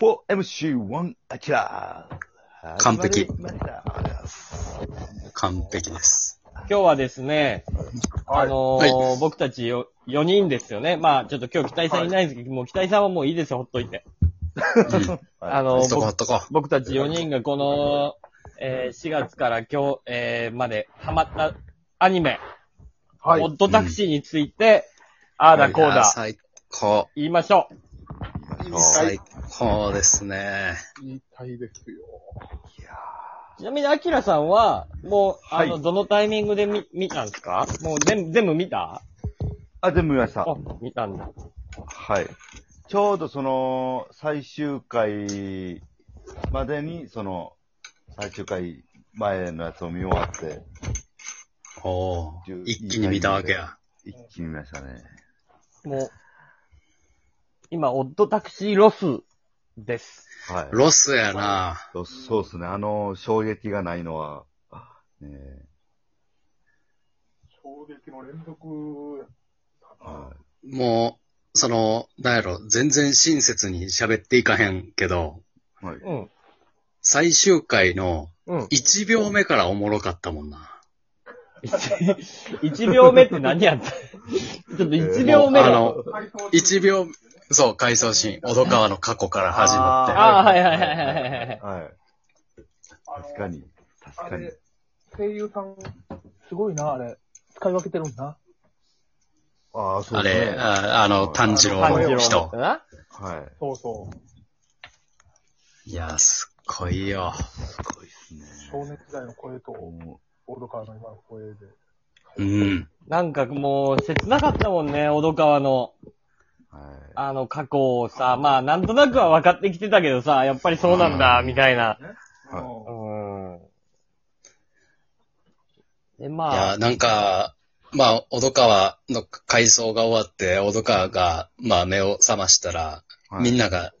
4MC1 アキラー。完璧始まります完璧です。今日はですね、あのーは僕たちよ4人ですよね。まあ、ちょっと今日北井さんいないんですけど、もう北井さんはもういいですよ、ほっといて。うん。はいあのほーっとこうほ僕っとこ僕たち4人がこの、えー4月から今日、えーまでハマったアニメ、はオい。ッドタクシーについて、あう。あだこういやだ、最高。言いましょう。最高ですね。言いたいですよ。ちなみに、アキラさんは、もう、あの、はいどのタイミングで見、見たんですかもう全部、全部見たあ、全部見ました。あ、見たんだ。はい。ちょうどその、最終回までに、その、最終回前のやつを見終わって、おお。一気に見たわけや。一気に見ましたね。もう、今、オッドタクシーロスです。はい。ロスやな。そうそうですね。あの、衝撃がないのは、ねえ衝撃の連続はもう、その、なんやろ、全然親切に喋っていかへんけど、い。はい。うん。最終回のうん。 1秒目からおもろかったもんな。 1秒目って何やった ちょっと1秒目あが。の、1秒、そう、回想シーン、小戸川の過去から始まっああ、はいはいはいはいはいはい。はい。確かに。確あかにれ。、声優さん、すごいな、あれ。使い分けてるんだ。ああ、て、そあうですれ、ね。ああの、炭治郎の人。なはい。そうそう。いや、すっごいよ。すごいですね。少年時代の声と、オードカーの今の声で。うん。なんかもう、切なかったもんね、小戸川の、はい。あの、過去をさ、まあ、なんとなくは分かってきてたけどさ、やっぱりそうなんだ、うんみたいな。。はいううんで、いまや、あ、なんか、まあ、小戸川の回想が終わって、小戸川が、まあ、目を覚ましたら、みんな、なが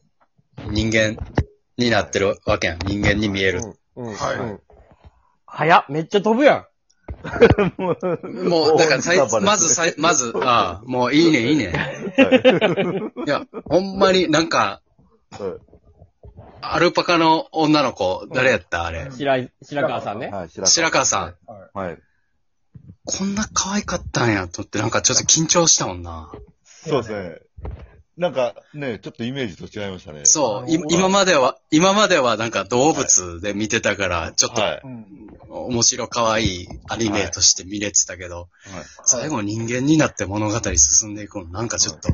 人間になってるわけやん。人間に見える。うん、うん、はいうん。早っめっちゃ飛ぶやん。もうもう、だからさい大、まずさい、まず、ああ、もういいね、いいね。いや、ほんまになんか、アルパカの女の子、誰やったあれ。白井、白川さんね。はい、白川さん。はい。はい。こんな可愛かったんや、とって、なんかちょっと緊張したもんな。そうですね。なんかね、ちょっとイメージと違いましたね。そう、いあの今までは、今まではなんか動物で見てたから、ちょっとはい。はい。うん。面白可愛いアニメとして見れてたけど、最後人間になって物語進んでいくの、なんかちょっと、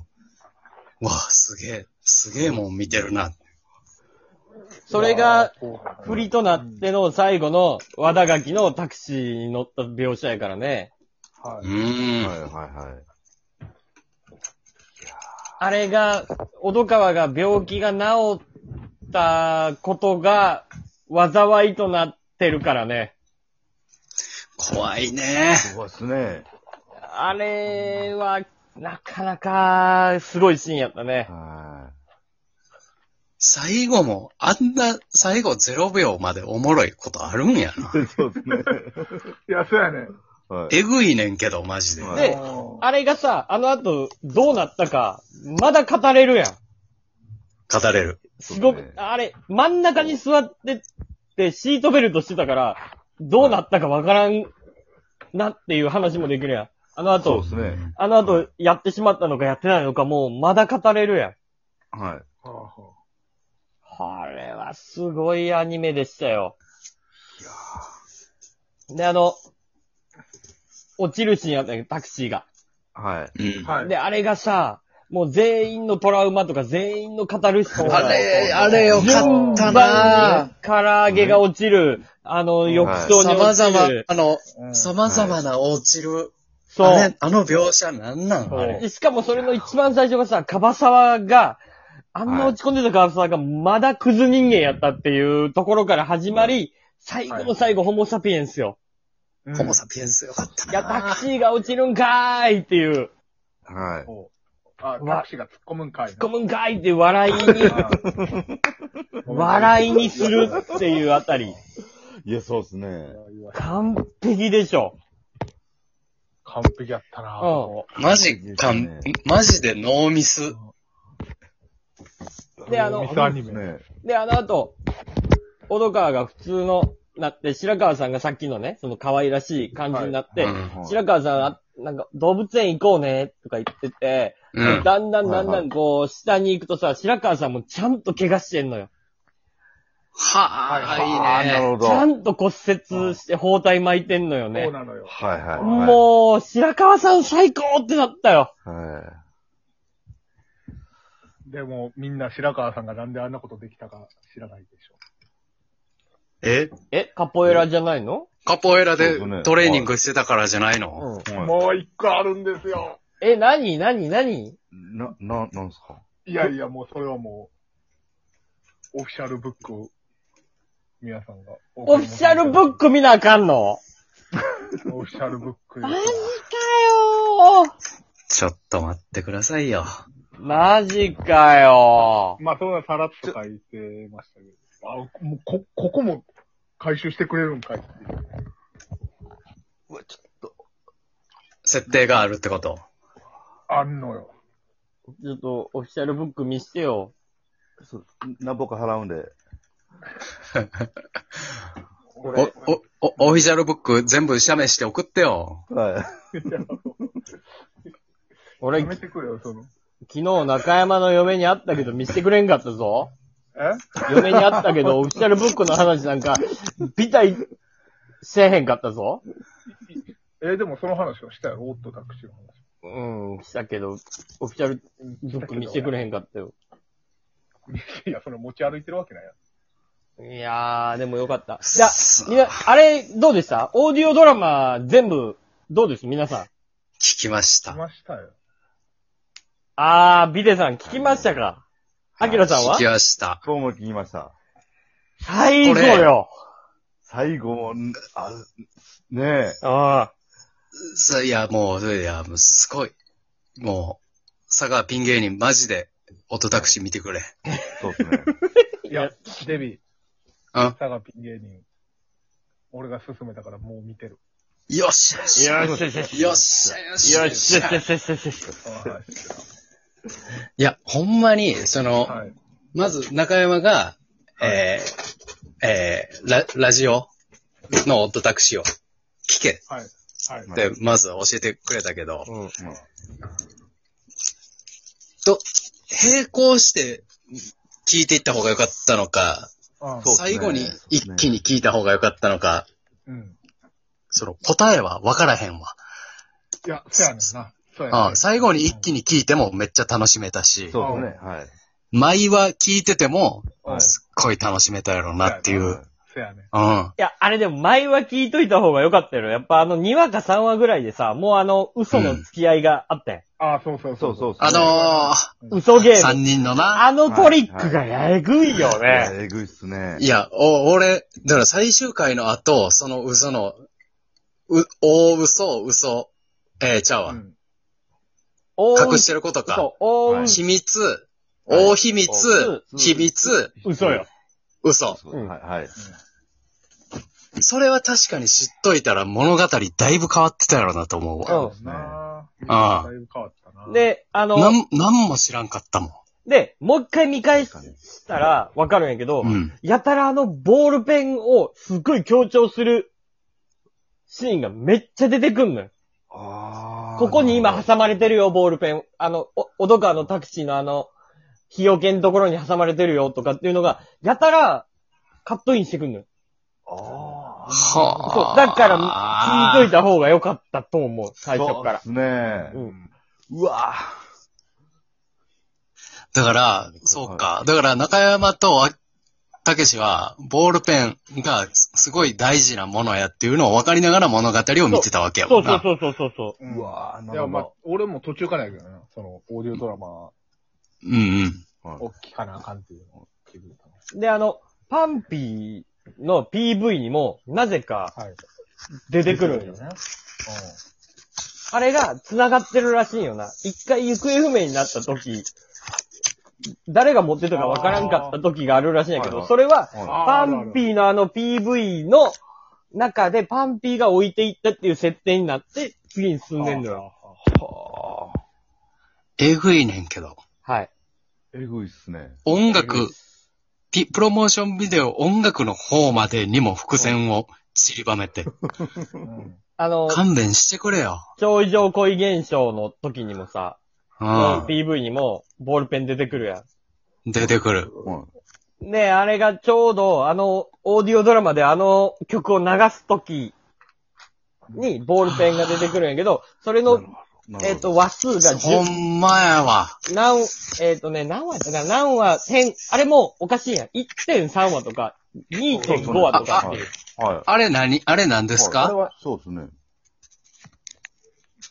わあ、すげえ、すげえもん見てるな。それが、振振りとなっての最後の和田垣のタクシーに乗った描写やからね。はうい。ーん。はい、はい、はい。あれが、小戸川が病気が治ったことが災いとなってるからね。怖いね。そうですね。あれは、なかなか、すごいシーンやったね。は最後も、あんな、最後0秒までおもろいことあるんやな。い。そうですね。いや、そうやね。はい。えぐいねんけど、マジで。はいで、あれがさ、あの後、どうなったか、まだ語れるやん。語れる。すそごうくね、あれ、真ん中に座ってって、シートベルトしてたから、どうなったかわからんなっていう話もできるやん。あのそう後で、すね。あの後、やってしまったのかやってないのかもう、まだ語れるやん。はい。これはすごいアニメでしたよ。で、あの、落ちるシーンやったんやけど、タクシーが。はい。うん。はい。で、あれがさ、もう全員のトラウマとか全員の語る人あれ、あれよかった順な番に唐揚げが落ちる、あの、浴槽に様落ち々る。、あの、うん様々な落ちる。そあうれ。あの描写なんなんそうあれ。でしかもそれの一番最初がさ、カバサワが、あんな落ち込んでたカバサワがまだクズ人間やったっていうところから始まり、最後の最後、ホモサピエンスよ。うホモサピエンスよかったいや、タなクシーが落ちるんかーいっていう、はい。そうあ、タクシーが突っ込むんかいな。突っ込むんかーいっていう笑いに、 笑いにするっていうあたり、いや、そうですね。完璧でしょ。完璧やったな。うマジかん、マジでノーミス。で、あのミ、スアニメ。ねで、あの後、小戸川が普通の、なって、白川さんがさっきのね、その可愛らしい感じになって、うん白川さんは、なんか、動物園行こうね、とか言ってて、うん。だんだんはだんいだはんこう、下に行くとさ、白川さんもちゃんと怪我してんのよ。はあ、いいなるね。ほちど。ゃはいんと骨折して包帯巻いてんのよそねう。なのよ。はいはい。もう、白川さん最高ってなったよ。はでも、みんな白川さんがなんであんなことできたか知らないでしょ。ええ、カポエラじゃないのカポエラそうでですねトレーニングしてたからじゃないの、うん。い。はいもう一個あるんですよ。え、なになになにな、な、なんすかいやいや、もうそれはもう、オフィシャルブックを、皆さんが。オフィシャルブック見なあかんのクオフィシャルブックですマジかよーちょっと待ってくださいよ。マジかよまあ、そんなさらっと書いてましたけど。あ、もう、こ、ここも回収してくれるんかいっていう。設定があるってこと。あんのよ。ちょっと、オフィシャルブック見してよ。そうな、僕払うんで。お、俺、お、お、オフィシャルブック全部写メして送ってよ。 はい。俺、やきめ昨てくれよ、その。日中山の嫁に会ったけど見してくれんかったぞ。え嫁に会ったけ ど、オフィシャルブックの話なんか、ビタい、せえへんかったぞ。えでもその話をしたよ、オットタクシーの話。うん、したけど、オフィシャルブック見してくれへんかったよ。いや、それ持ち歩いてるわけないやいやー、でもよかった。じさゃああ、みな、あれ、どうでしたオーディオドラマ全部、どうです皆さん。聞きましん。来た。ましたよ。あー、ビデさん聞きましたかアキラさんは聞きました。僕も聞きました。最後よ。最後も、んあ、ねあさいや、もう、いや、もうすごい。もう、佐川ピン芸人マジで、音タクシー見てくれ。え、そうですね。いや、デビー、あ佐賀ピン芸人。俺が勧めたからもう見てる。よっしゃよっあ。し ゃよしよしよし。よっしゃよっしゃよしよしよしよしよしよし。はいや、ほんまに、その、はい。まず中山が、えー、えー、ラ、ラジオのオットタクシーを聞けはい。はい。っまて、まず教えてくれたけど、うん。と、並行して聞いていった方が良かったのか、そうあっすね最後に一気に聞いた方が良かったのか、うん。その答えは分からへんわ。いや、そうやねんな。そうやねんうん、最後に一気に聞いてもめっちゃ楽しめたし、そうですね。はい。舞は聞いててもうん、すっごい楽しめたやろうなっていう。うん。そうやねん。いや、あれでも前は聞いといた方が良かったよ。やっぱあの2話か3話ぐらいでさ、もうあの嘘の付き合いがあって。ああ、そうそうそそうう。そうそう。あのー、嘘ゲーム。三人のな。あのトリックがやぐいよいやね。えぐいっすね。いや、お、俺、だから最終回の後、その嘘の、う、大嘘、嘘、えー、ちゃうわ。うん。大隠嘘してることか。大嘘。秘密、はい大秘密大、秘密、嘘よ。嘘。そうはい。はい。それは確かに知っといたら物語だいぶ変わってたやろなと思うわ。うですねなああだいぶ変わったな。、。で、あなの、ん、なんも知らんかったもで、もう一回見返したらわかるんやけど、ん。うん。やたらあのボールペンをすごい強調するシーンがめっちゃ出てくんのよ。あーここに今挟まれてるよ、ボールペン。あの、お、おどかのタクシーのあの、日よけのところに挟まれてるよとかっていうのが、やたら、カットインしてくんのよ。あそはう。だから、聞いといた方が良かったと思う、ー最初から。そうですうね。ん。うわだから、そうか。だから、中山とあたけしは、ボールペンがすすごい大事なものやっていうのを分かりながら物語を見てたわけやもそうんそなう。そうそうそうそうーうんわーないるや、まあほ、俺も途中からやけどな。その、オーディオドラマうんうん。ど。はいを聞かなあかんっていうのを気づいたの。う。で、あの、パンピーの PV にも、なぜかはい。出てくるんよ。ね。あれが繋がってるらしいよな。一回行方不明になった時、誰が持ってたかわからんかった時があるらしいんやけあど、ーそれは、うん。はパンピーのあの PV の中でパンピーが置いていったっていう設定になって、次に進んでんのよ。よ。いはえぐいねんけど。はい。えぐいっすね。音楽、ピプロモーションビデオ音楽の方までにも伏線を散りばめて、うんあの、勘弁してくれよ。超異常恋現象の時にもさ、うん。 PV にもボールペン出てくるや出てくる。うん。ん。ねえ、あれがちょうど、あの、オーディオドラマであの曲を流す時にボールペンが出てくるんやけど、それの、なるほどえっ、と、、話数がほ10、んまやわ。何、えっ、とね、何話やったかな何話、点、あれもおかしいやん。1.3話とか、2.5話とかっていう。はい。あれ何あれ何ですはいあれかは、そうですね。はい。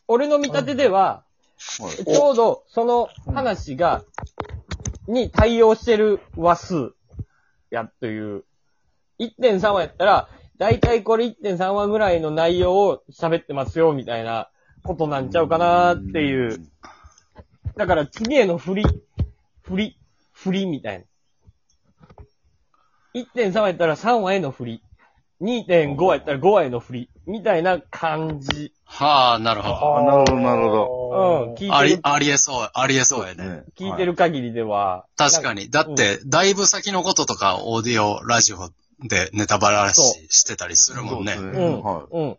俺の見立てでは、ちょうどその話が、に対応してる話数やという、1.3話やったら、だいたいこれ1.3話ぐらいの内容を喋ってますよ、みたいなことなんちゃうかなっていう。だから次への振り、振り、振りみたいな。1.3話やったら3話への振り。2.5話やったら5話への振り。みたいな感じ。はあ、なるほあなるほどなるほうんど。。聞ど。あいてりる、、ありえそう、ありえそうやね。ね聞いてる。限りでは。確かに。だって、だいぶ先のこととか、オーディオ、ラジオでネタバラそししてたりするはいもんね。そううっん。すねはい。うん。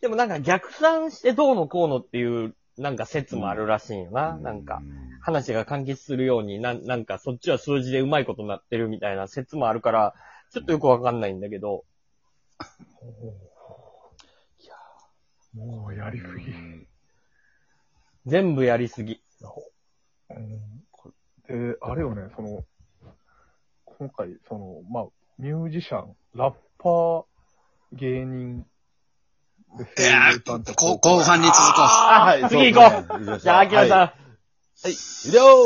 でもなんか逆算してどうのこうのっていう、なんか説もあるらしいよな。なんか、話が完結するように、なんなんかそっちは数字でうまいことなってるみたいな説もあるから、ちょっとよくわかんないんだけど。もうやりすぎ。全部やりすぎ。うんで、あれよね、その、今回、その、まあ、ミュージシャン、ラッパー、芸人、でいや声優さんってー、こ後半に続こう。あ次行こうですね。じゃあ、はい秋田さん。はい。了